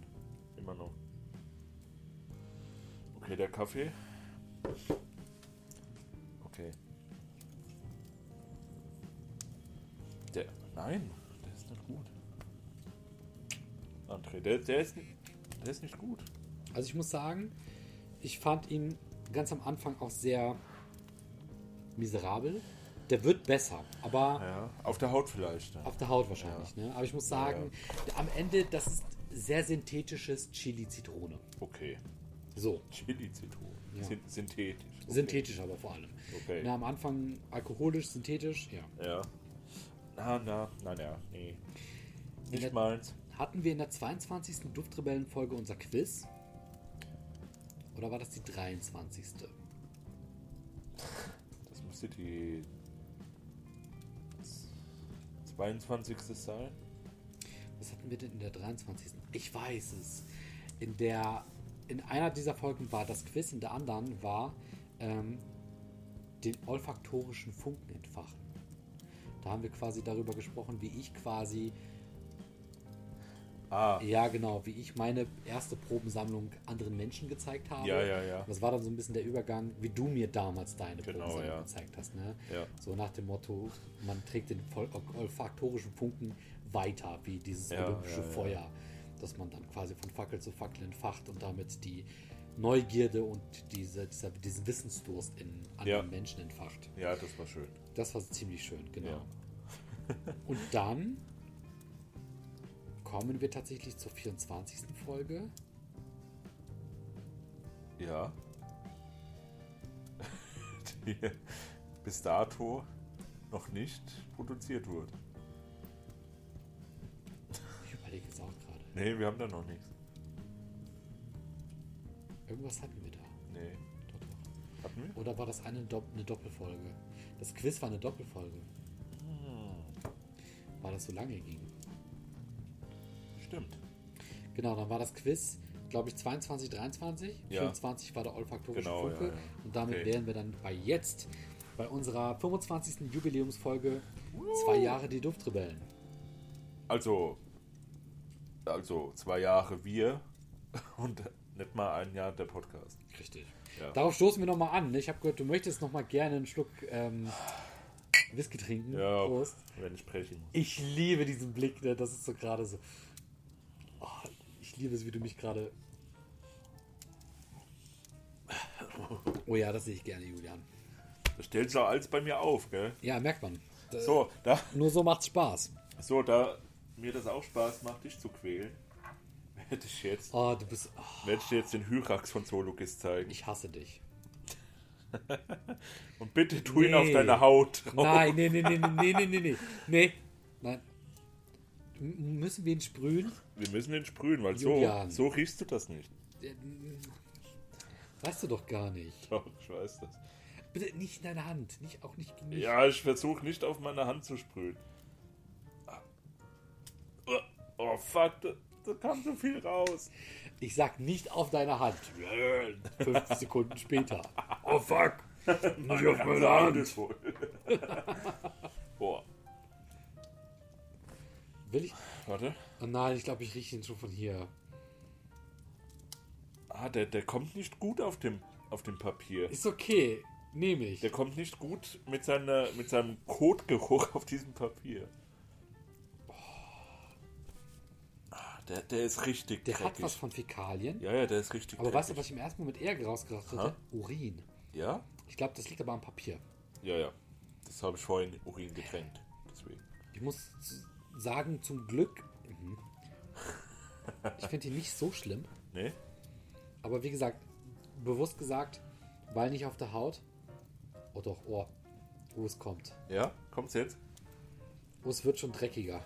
Speaker 2: Immer noch. Okay, der Kaffee. Okay. Der. Nein, der ist nicht gut. André, der, der, ist, der ist nicht gut.
Speaker 3: Also ich muss sagen, ich fand ihn ganz am Anfang auch sehr miserabel. Der wird besser, aber
Speaker 2: Ja, auf der Haut vielleicht. Ne?
Speaker 3: auf der Haut wahrscheinlich. Ne? Aber ich muss sagen, am Ende, das ist sehr synthetisches Chili-Zitrone.
Speaker 2: Okay.
Speaker 3: So.
Speaker 2: Chili-Zitrone.
Speaker 3: Ja.
Speaker 2: Syn synthetisch. Okay.
Speaker 3: Synthetisch aber vor allem.
Speaker 2: Okay.
Speaker 3: Na, am Anfang alkoholisch, synthetisch, ja.
Speaker 2: Ja. Na, na, na, na, nee.
Speaker 3: der-
Speaker 2: Nicht meins.
Speaker 3: Hatten wir in der 22. Duftrebellen-Folge unser Quiz? Oder war das die 23.?
Speaker 2: Das müsste die 22. sein.
Speaker 3: Was hatten wir denn in der 23.? Ich weiß es. In der. In einer dieser Folgen war das Quiz, in der anderen war ähm, den olfaktorischen Funken entfachen. Da haben wir quasi darüber gesprochen, wie ich quasi
Speaker 2: Ah,
Speaker 3: Ja, genau, wie ich meine erste Probensammlung anderen Menschen gezeigt habe.
Speaker 2: Ja, ja, ja.
Speaker 3: Das war dann so ein bisschen der Übergang, wie du mir damals deine
Speaker 2: Genau,
Speaker 3: Probensammlung
Speaker 2: ja.
Speaker 3: gezeigt hast. Ne?
Speaker 2: Ja.
Speaker 3: So nach dem Motto, man trägt den voll- olfaktorischen Funken weiter, wie dieses
Speaker 2: Ja,
Speaker 3: olympische
Speaker 2: ja, ja.
Speaker 3: Feuer, das man dann quasi von Fackel zu Fackel entfacht und damit die Neugierde und diese, dieser, diesen Wissensdurst in anderen
Speaker 2: Ja.
Speaker 3: Menschen entfacht.
Speaker 2: ja, das war schön.
Speaker 3: Das war ziemlich schön, genau.
Speaker 2: Ja.
Speaker 3: Und dann kommen wir tatsächlich zur 24. Folge.
Speaker 2: Ja. Die bis dato noch nicht produziert wurde. Nee, wir haben da noch nichts.
Speaker 3: Irgendwas hatten wir da.
Speaker 2: Nee.
Speaker 3: Doch, doch.
Speaker 2: Hatten wir?
Speaker 3: Oder war das eine, Dopp eine Doppelfolge? Das Quiz war eine Doppelfolge, weil das so lange ging.
Speaker 2: Stimmt.
Speaker 3: Genau, dann war das Quiz, glaube ich, 22, 23.
Speaker 2: Ja.
Speaker 3: 24 war der olfaktorische
Speaker 2: Genau,
Speaker 3: Funke.
Speaker 2: ja, ja.
Speaker 3: Und damit
Speaker 2: Okay.
Speaker 3: wären wir dann bei jetzt, bei unserer 25. Jubiläumsfolge, zwei Jahre die Duftrebellen.
Speaker 2: Also, also zwei Jahre wir und nicht mal ein Jahr der Podcast.
Speaker 3: Richtig.
Speaker 2: Ja.
Speaker 3: Darauf stoßen wir nochmal an. ne? Ich habe gehört, du möchtest nochmal gerne einen Schluck ähm, Whisky trinken.
Speaker 2: Ja,
Speaker 3: Prost.
Speaker 2: wenn ich sprechen muss.
Speaker 3: Ich liebe diesen Blick, ne? das ist so gerade so. Oh, ich liebe es, wie du mich gerade. Oh ja, das sehe ich gerne, Julian.
Speaker 2: Das stellt sich auch alles bei mir auf, gell?
Speaker 3: Ja, merkt man. Da,
Speaker 2: So, da,
Speaker 3: Nur so macht's Spaß.
Speaker 2: so, da mir das auch Spaß macht, dich zu quälen, werde ich jetzt,
Speaker 3: Oh, du bist. Oh,
Speaker 2: werde ich dir jetzt den Hyrax von Solugis zeigen.
Speaker 3: ich hasse dich.
Speaker 2: Und bitte tu ihn auf
Speaker 3: Nee.
Speaker 2: deine Haut Oh, drauf.
Speaker 3: Nein, nee, nee, nee, nee, nee, nee, nee, nee. Nein. M müssen wir ihn sprühen?
Speaker 2: Wir müssen den sprühen, weil so,
Speaker 3: Julian.
Speaker 2: so riechst du das nicht.
Speaker 3: Weißt du doch gar nicht.
Speaker 2: Doch, ich weiß das.
Speaker 3: Bitte nicht in deine Hand. Nicht, auch nicht gegen mich.
Speaker 2: Ja, ich versuche nicht auf meine Hand zu sprühen. Ah. Oh, fuck, da, da kam so viel raus.
Speaker 3: Ich sag nicht auf deine Hand. Fünf Sekunden später. Oh fuck. Nicht auf meine Hand.
Speaker 2: voll. Boah,
Speaker 3: Will ich.
Speaker 2: warte.
Speaker 3: Oh nein, ich glaube, ich rieche ihn schon von hier.
Speaker 2: Ah, der, der kommt nicht gut auf dem, auf dem Papier.
Speaker 3: Ist okay. Nehme ich.
Speaker 2: Der kommt nicht gut mit, seiner, mit seinem Kotgeruch auf diesem Papier. Ah, Der, der ist richtig
Speaker 3: Der hat
Speaker 2: dreckig.
Speaker 3: was von Fäkalien.
Speaker 2: Ja, ja, der ist richtig
Speaker 3: Aber weißt du,
Speaker 2: dreckig.
Speaker 3: was ich im ersten Moment eher rausgedacht hätte? Urin.
Speaker 2: Ja?
Speaker 3: Ich glaube, das liegt aber am Papier.
Speaker 2: Ja, ja. Das habe ich vorhin in Urin getränkt. Deswegen.
Speaker 3: Ich muss z- sagen, zum Glück. Mhm. Ich finde ihn nicht so schlimm.
Speaker 2: Ne?
Speaker 3: Aber wie gesagt, bewusst gesagt, weil nicht auf der Haut. Oh doch, oh. Oh, es kommt.
Speaker 2: Ja? Kommt's jetzt?
Speaker 3: Oh, es wird schon dreckiger.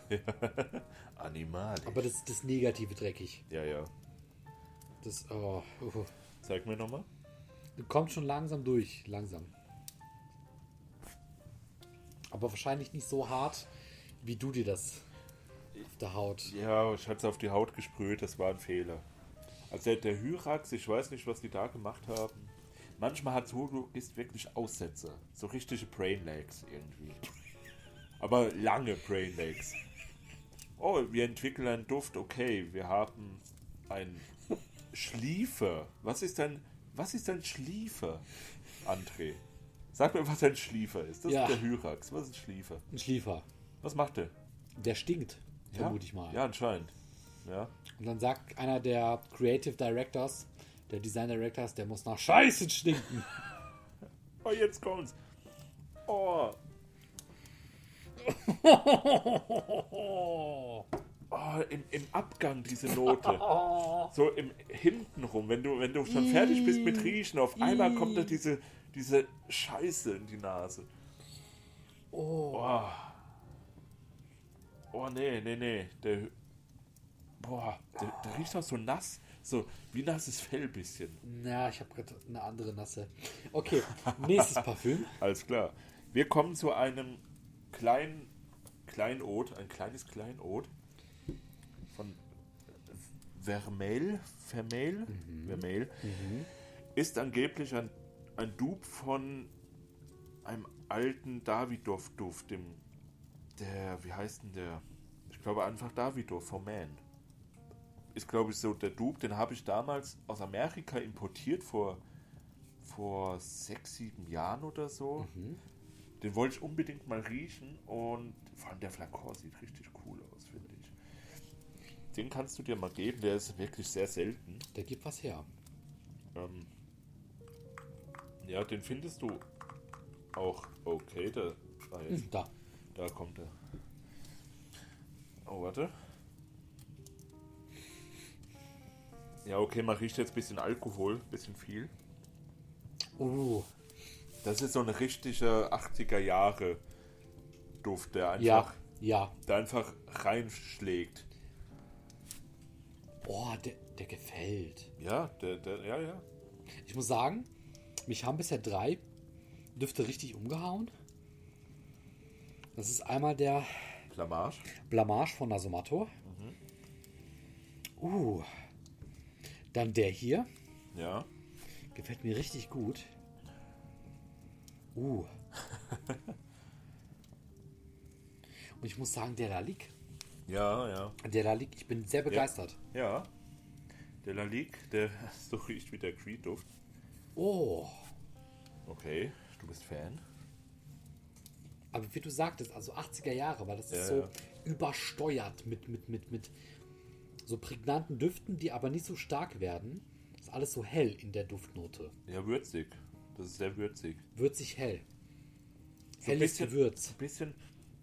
Speaker 2: Animal.
Speaker 3: Aber das, das Negative dreckig.
Speaker 2: Ja, ja.
Speaker 3: Das oh, oh.
Speaker 2: Zeig mir nochmal.
Speaker 3: kommt schon langsam durch. Langsam. Aber wahrscheinlich nicht so hart, wie du dir das auf der Haut.
Speaker 2: Ja, ich hatte es auf die Haut gesprüht, das war ein Fehler. Also der- der Hyrax, ich weiß nicht, was die da gemacht haben. Manchmal hat Zoologist wirklich Aussetzer. So richtige Brain Lags irgendwie. Aber lange Brain Lags. Oh, wir entwickeln einen Duft, okay, wir haben einen Schliefer. Was ist ein, was ist ein Schliefer, André? Sag mir, was ein Schliefer ist. Das
Speaker 3: Ja.
Speaker 2: ist der Hyrax. Was ist ein Schliefer?
Speaker 3: Ein Schliefer.
Speaker 2: Was macht der?
Speaker 3: Der stinkt,
Speaker 2: Ja?
Speaker 3: vermute ich mal.
Speaker 2: Ja, anscheinend. Ja.
Speaker 3: Und dann sagt einer der Creative Directors, der Design Directors, der muss nach Scheiße stinken.
Speaker 2: Oh, jetzt kommt's. Oh, oh im, im Abgang diese Note. So im hintenrum, wenn du, wenn du schon fertig bist mit Riechen, auf einmal kommt da diese, diese Scheiße in die Nase. Oh. Oh, nee, nee, nee. Der, boah, der, der riecht auch so nass. So wie nasses Fell bisschen.
Speaker 3: Na, ich habe gerade eine andere Nasse. Okay, nächstes Parfüm.
Speaker 2: Alles klar. Wir kommen zu einem kleinen Kleinod, ein kleines Kleinod von Vermeil. Vermeil? Vermeil. Ist angeblich ein, ein Dupe von einem alten Davidoff-Duft, dem, der, wie heißt denn der? Ich glaube einfach Davidoff vom Man. Ist, glaube ich, so der Dupe, den habe ich damals aus Amerika importiert vor vor sechs, sieben Jahren oder
Speaker 3: Mhm.
Speaker 2: so. Den wollte ich unbedingt mal riechen und vor allem der Flakon sieht richtig cool aus, finde ich. Den kannst du dir mal geben, der ist wirklich sehr selten.
Speaker 3: Der gibt was her.
Speaker 2: Ähm, ja, den findest du auch okay. Da, ah, jetzt,
Speaker 3: Hm, Da.
Speaker 2: da kommt er. Oh, warte. Ja, okay, man riecht jetzt ein bisschen Alkohol, ein bisschen viel.
Speaker 3: Uh,
Speaker 2: Das ist so ein richtiger 80er Jahre Duft, der
Speaker 3: ja,
Speaker 2: einfach,
Speaker 3: ja.
Speaker 2: der einfach reinschlägt.
Speaker 3: Boah, der, der gefällt.
Speaker 2: Ja, der, der, ja, ja.
Speaker 3: Ich muss sagen, mich haben bisher drei Düfte richtig umgehauen. Das ist einmal der
Speaker 2: Blamage.
Speaker 3: Blamage von Nasomato. Uh. Dann der hier.
Speaker 2: Ja.
Speaker 3: Gefällt mir richtig gut. Uh. Und ich muss sagen, der Lalik.
Speaker 2: Ja, ja.
Speaker 3: Der Lalik, ich bin sehr begeistert.
Speaker 2: Ja. Der Lalik, der so riecht wie der Creed-Duft.
Speaker 3: Oh.
Speaker 2: Okay, du bist Fan.
Speaker 3: Aber wie du sagtest, also 80er Jahre, weil das
Speaker 2: Ja,
Speaker 3: ist so
Speaker 2: ja.
Speaker 3: übersteuert mit, mit, mit, mit so prägnanten Düften, die aber nicht so stark werden. Ist alles so hell in der Duftnote.
Speaker 2: Ja, würzig. Das ist sehr würzig.
Speaker 3: Würzig hell.
Speaker 2: So ein
Speaker 3: Helles
Speaker 2: bisschen-
Speaker 3: Gewürz.
Speaker 2: Ein bisschen,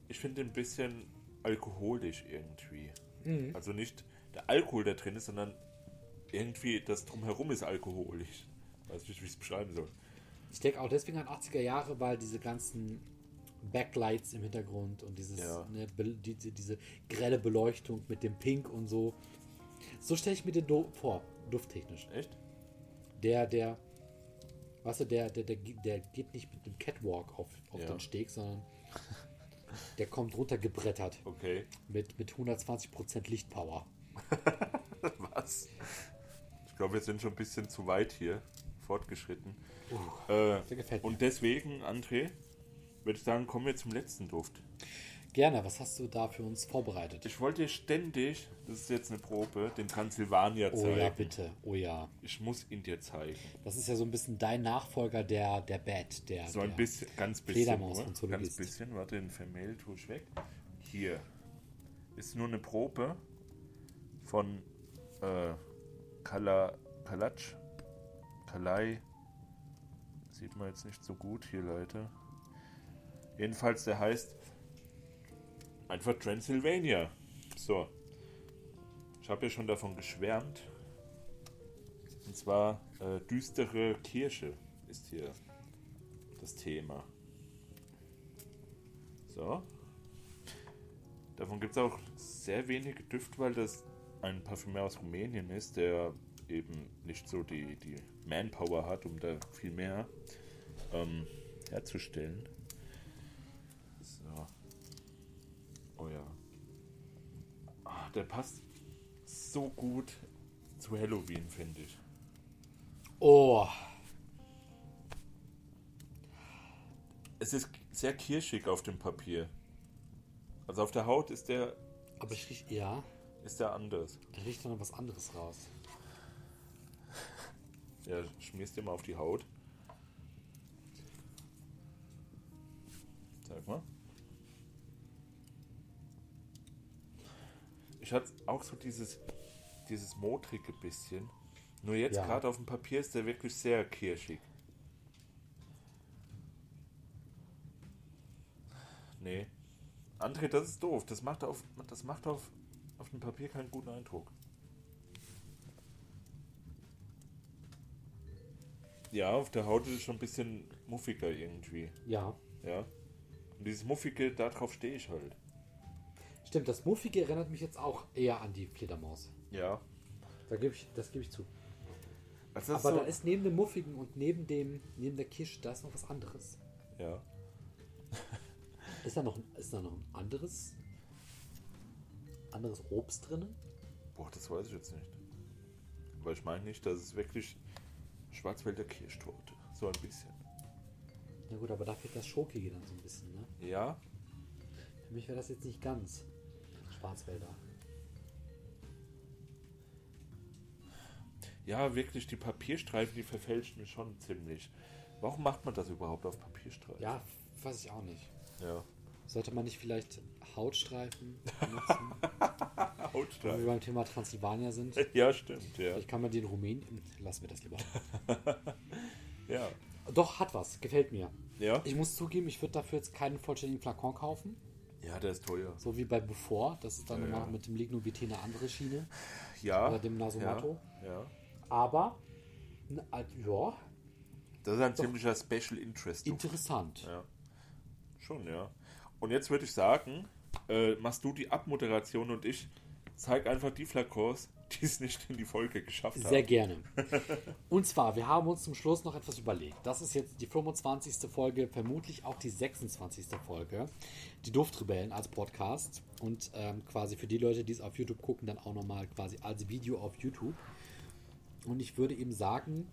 Speaker 2: ich finde ein bisschen alkoholisch irgendwie. Also nicht der Alkohol, der drin ist, sondern irgendwie das drumherum ist alkoholisch. Weiß nicht, wie ich es beschreiben soll.
Speaker 3: Ich denke auch deswegen an 80er Jahre, weil diese ganzen Backlights im Hintergrund und dieses,
Speaker 2: Ja.
Speaker 3: ne, be- diese, diese grelle Beleuchtung mit dem Pink und so. So stelle ich mir den Do vor, dufttechnisch.
Speaker 2: Echt?
Speaker 3: Der, der, weißt du, der, der, der, ge- der geht nicht mit dem Catwalk auf, auf
Speaker 2: Ja.
Speaker 3: den Steg, sondern der kommt runtergebrettert
Speaker 2: Okay.
Speaker 3: mit, mit 120% Lichtpower.
Speaker 2: Was? Ich glaube, wir sind schon ein bisschen zu weit hier fortgeschritten. äh,
Speaker 3: der gefällt mir.
Speaker 2: und deswegen, André, würde ich sagen, kommen wir zum letzten Duft.
Speaker 3: Gerne, was hast du da für uns vorbereitet?
Speaker 2: Ich wollte ständig, das ist jetzt eine Probe, den Transsilvanier
Speaker 3: Oh
Speaker 2: zeigen.
Speaker 3: ja, bitte. Oh ja.
Speaker 2: Ich muss ihn dir zeigen.
Speaker 3: Das ist ja so ein bisschen dein Nachfolger, der, der Bat, der.
Speaker 2: So ein
Speaker 3: der,
Speaker 2: bisschen, ganz bisschen.
Speaker 3: Fledermaus und
Speaker 2: Nur,
Speaker 3: so
Speaker 2: ganz
Speaker 3: Logist.
Speaker 2: bisschen, warte, den Vermehl tue ich weg. Hier ist nur eine Probe von äh, Kala, Kalatsch. Kalai. Sieht man jetzt nicht so gut hier, Leute. Jedenfalls, der heißt einfach Transylvania. So. Ich habe ja schon davon geschwärmt. Und zwar äh, düstere Kirche ist hier das Thema. So. Davon gibt es auch sehr wenige Düfte, weil das ein Parfümeur aus Rumänien ist, der eben nicht so die, die Manpower hat, um da viel mehr ähm, herzustellen. So. Oh ja. Ah, der passt so gut zu Halloween, finde ich.
Speaker 3: Oh,
Speaker 2: Es ist sehr kirschig auf dem Papier. Also auf der Haut ist der,
Speaker 3: aber ich riech, ja,
Speaker 2: ist der anders.
Speaker 3: da riecht doch noch was anderes raus.
Speaker 2: Ja, schmierst dir mal auf die Haut. Zeig mal. Ich hatte auch so dieses, dieses modrige bisschen. Nur jetzt
Speaker 3: Ja.
Speaker 2: gerade auf dem Papier ist der wirklich sehr kirschig. Nee. André, das ist doof. Das macht auf, das macht auf, auf dem Papier keinen guten Eindruck. Ja, auf der Haut ist es schon ein bisschen muffiger irgendwie.
Speaker 3: Ja.
Speaker 2: Ja. Und dieses Muffige, darauf stehe ich halt.
Speaker 3: Stimmt, das Muffige erinnert mich jetzt auch eher an die Fledermaus.
Speaker 2: Ja.
Speaker 3: Da geb ich, das gebe ich zu.
Speaker 2: Also das
Speaker 3: aber
Speaker 2: so,
Speaker 3: da ist neben dem Muffigen und neben dem, neben der Kirsche, da ist noch was anderes.
Speaker 2: Ja.
Speaker 3: Ist da noch, ein- ist da noch ein anderes, anderes Obst drin?
Speaker 2: Boah, das weiß ich jetzt nicht. Aber ich meine nicht, dass es wirklich Schwarzwälder Kirschtorte. So ein bisschen.
Speaker 3: Na gut, aber da fehlt das Schokige dann so ein bisschen, ne?
Speaker 2: Ja.
Speaker 3: Für mich wäre das jetzt nicht ganz Schwarzwälder.
Speaker 2: Ja, wirklich, die Papierstreifen, die verfälschen mich schon ziemlich. Warum macht man das überhaupt auf Papierstreifen?
Speaker 3: Ja, weiß ich auch nicht.
Speaker 2: Ja.
Speaker 3: Sollte man nicht vielleicht Hautstreifen benutzen? Wenn wir
Speaker 2: Hautstreifen.
Speaker 3: beim Thema Transsilvanier sind,
Speaker 2: Ja, stimmt, ja.
Speaker 3: vielleicht kann man den Rumänen. Lassen wir das lieber.
Speaker 2: Ja.
Speaker 3: Doch, hat was, gefällt mir.
Speaker 2: Ja.
Speaker 3: Ich muss zugeben, ich würde dafür jetzt keinen vollständigen Flakon kaufen,
Speaker 2: Ja, der ist teuer.
Speaker 3: so wie bei Before. Das ist dann
Speaker 2: Ja,
Speaker 3: nochmal
Speaker 2: ja.
Speaker 3: mit dem Lignobit eine andere Schiene.
Speaker 2: Ja.
Speaker 3: Oder dem Nasomato.
Speaker 2: Ja. ja.
Speaker 3: Aber, n- al- ja,
Speaker 2: Das ist ein ziemlicher Special Interest.
Speaker 3: interessant.
Speaker 2: Ja. Schon, ja. Und jetzt würde ich sagen, äh, machst du die Abmoderation und ich zeig einfach die Flakons, die es nicht in die Folge geschafft
Speaker 3: Sehr
Speaker 2: haben.
Speaker 3: gerne. Und zwar, wir haben uns zum Schluss noch etwas überlegt. Das ist jetzt die 25. Folge, vermutlich auch die 26. Folge. Die Duftrebellen als Podcast. Und ähm, quasi für die Leute, die es auf YouTube gucken, dann auch nochmal quasi als Video auf YouTube. Und ich würde eben sagen,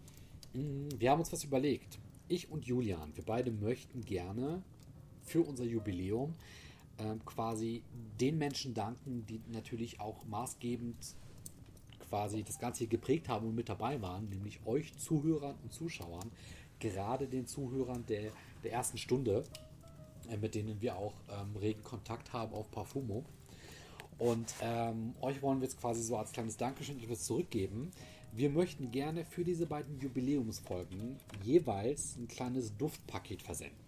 Speaker 3: mh, wir haben uns was überlegt. Ich und Julian, wir beide möchten gerne für unser Jubiläum ähm, quasi den Menschen danken, die natürlich auch maßgebend quasi das Ganze hier geprägt haben und mit dabei waren, nämlich euch Zuhörern und Zuschauern, gerade den Zuhörern der, der ersten Stunde, äh, mit denen wir auch ähm, regen Kontakt haben auf Parfumo. Und ähm, euch wollen wir jetzt quasi so als kleines Dankeschön etwas zurückgeben. Wir möchten gerne für diese beiden Jubiläumsfolgen jeweils ein kleines Duftpaket versenden.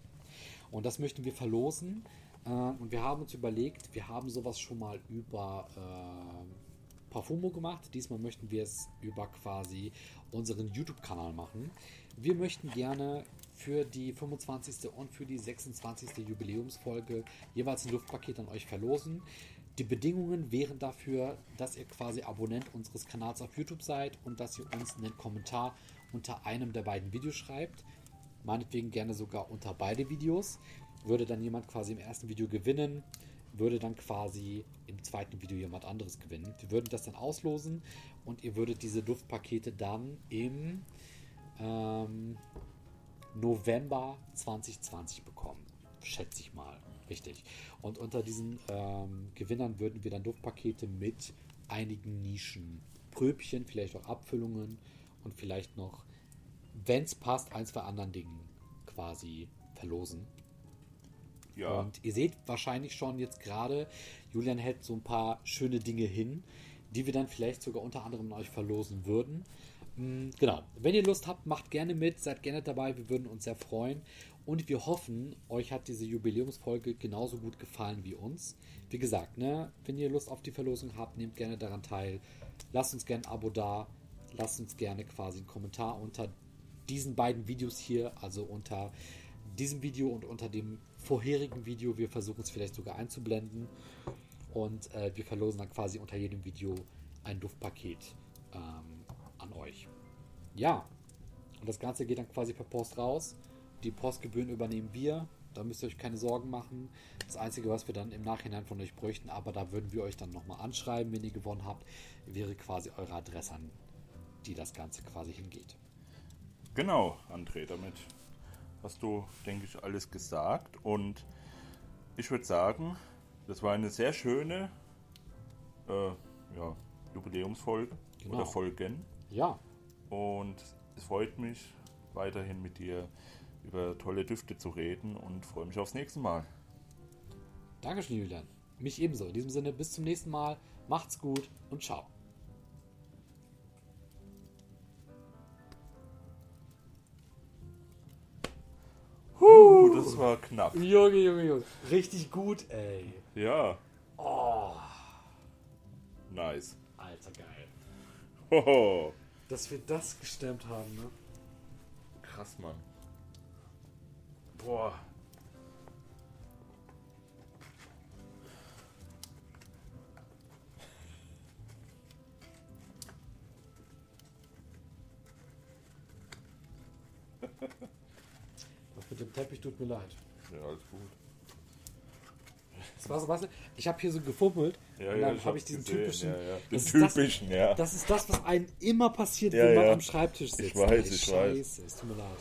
Speaker 3: Und das möchten wir verlosen. Äh, und wir haben uns überlegt, wir haben sowas schon mal über äh, Parfumo gemacht. Diesmal möchten wir es über quasi unseren YouTube-Kanal machen. Wir möchten gerne für die 25. und für die 26. Jubiläumsfolge jeweils ein Luftpaket an euch verlosen. Die Bedingungen wären dafür, dass ihr quasi Abonnent unseres Kanals auf YouTube seid und dass ihr uns einen Kommentar unter einem der beiden Videos schreibt meinetwegen gerne sogar unter beide Videos. Würde dann jemand quasi im ersten Video gewinnen, würde dann quasi im zweiten Video jemand anderes gewinnen. Wir würden das dann auslosen und ihr würdet diese Duftpakete dann im ähm, November 2020 bekommen. Schätze ich mal. Richtig. Und unter diesen ähm, Gewinnern würden wir dann Duftpakete mit einigen Nischen, Pröbchen, vielleicht auch Abfüllungen und vielleicht noch wenn es passt, ein, zwei anderen Dingen quasi verlosen.
Speaker 2: Ja,
Speaker 3: Und ihr seht wahrscheinlich schon jetzt gerade, Julian hält so ein paar schöne Dinge hin, die wir dann vielleicht sogar unter anderem an euch verlosen würden. Mm, Genau. Wenn ihr Lust habt, macht gerne mit, seid gerne dabei, wir würden uns sehr freuen. Und wir hoffen, euch hat diese Jubiläumsfolge genauso gut gefallen wie uns. Wie gesagt, ne, wenn ihr Lust auf die Verlosung habt, nehmt gerne daran teil. Lasst uns gerne ein Abo da. Lasst uns gerne quasi einen Kommentar unter diesen beiden Videos hier, also unter diesem Video und unter dem vorherigen Video. Wir versuchen es vielleicht sogar einzublenden. Und äh, wir verlosen dann quasi unter jedem Video ein Duftpaket ähm, an euch. Ja, und das Ganze geht dann quasi per Post raus. Die Postgebühren übernehmen wir. Da müsst ihr euch keine Sorgen machen. Das Einzige, was wir dann im Nachhinein von euch bräuchten, aber da würden wir euch dann nochmal anschreiben, wenn ihr gewonnen habt, wäre quasi eure Adresse, an die das Ganze quasi hingeht.
Speaker 2: genau, André, damit hast du, denke ich, alles gesagt. Und ich würde sagen, das war eine sehr schöne äh, ja, Jubiläumsfolge
Speaker 3: Genau.
Speaker 2: oder Folgen.
Speaker 3: Ja,
Speaker 2: Und es freut mich, weiterhin mit dir über tolle Düfte zu reden und freue mich aufs nächste Mal.
Speaker 3: Dankeschön, Julian. Mich ebenso. In diesem Sinne, bis zum nächsten Mal. Macht's gut und ciao.
Speaker 2: Huh, das war knapp.
Speaker 3: Junge, Junge, Junge. Richtig gut, ey.
Speaker 2: Ja. Oh. Nice.
Speaker 3: Alter, geil.
Speaker 2: Hoho.
Speaker 3: Dass wir das gestemmt haben, ne?
Speaker 2: Krass, Mann. Boah.
Speaker 3: Das mit dem Teppich tut mir leid.
Speaker 2: Ja, alles gut.
Speaker 3: Das war so, weißt du, ich habe hier so gefummelt
Speaker 2: Ja,
Speaker 3: und
Speaker 2: ja,
Speaker 3: dann
Speaker 2: ich
Speaker 3: habe
Speaker 2: hab's
Speaker 3: ich diesen
Speaker 2: gesehen,
Speaker 3: typischen.
Speaker 2: ja, ja. Den
Speaker 3: Das ist
Speaker 2: typischen,
Speaker 3: das,
Speaker 2: ja.
Speaker 3: Das ist das, was einem immer passiert,
Speaker 2: Ja,
Speaker 3: wenn man
Speaker 2: ja.
Speaker 3: am Schreibtisch sitzt.
Speaker 2: weiß,
Speaker 3: ey.
Speaker 2: ich weiß.
Speaker 3: Scheiße, es tut mir leid.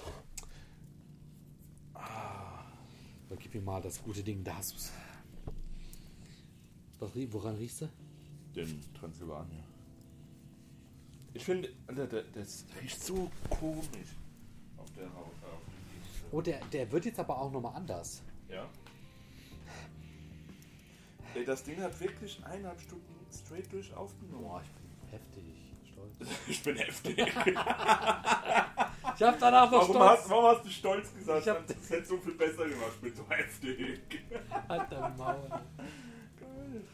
Speaker 3: Dann gib mir mal das gute Ding, da hast du's. Was, rie- woran riechst du?
Speaker 2: Den Transsilvanier. Ich finde, Alter, der- das riecht so komisch. Auf der Haut. Auf dem
Speaker 3: Oh, der, der wird jetzt aber auch nochmal anders.
Speaker 2: Dienst. ja. Ey, das Ding hat wirklich eineinhalb Stunden straight durch aufgenommen.
Speaker 3: Boah, ich bin heftig stolz.
Speaker 2: Ich bin heftig.
Speaker 3: Ich hab danach noch
Speaker 2: Warum hast,
Speaker 3: Stolz.
Speaker 2: warum hast du stolz gesagt?
Speaker 3: Ich hab-
Speaker 2: E. das hätte so viel besser gemacht. Ich bin so heftig.
Speaker 3: Alter Maul.
Speaker 2: Geil.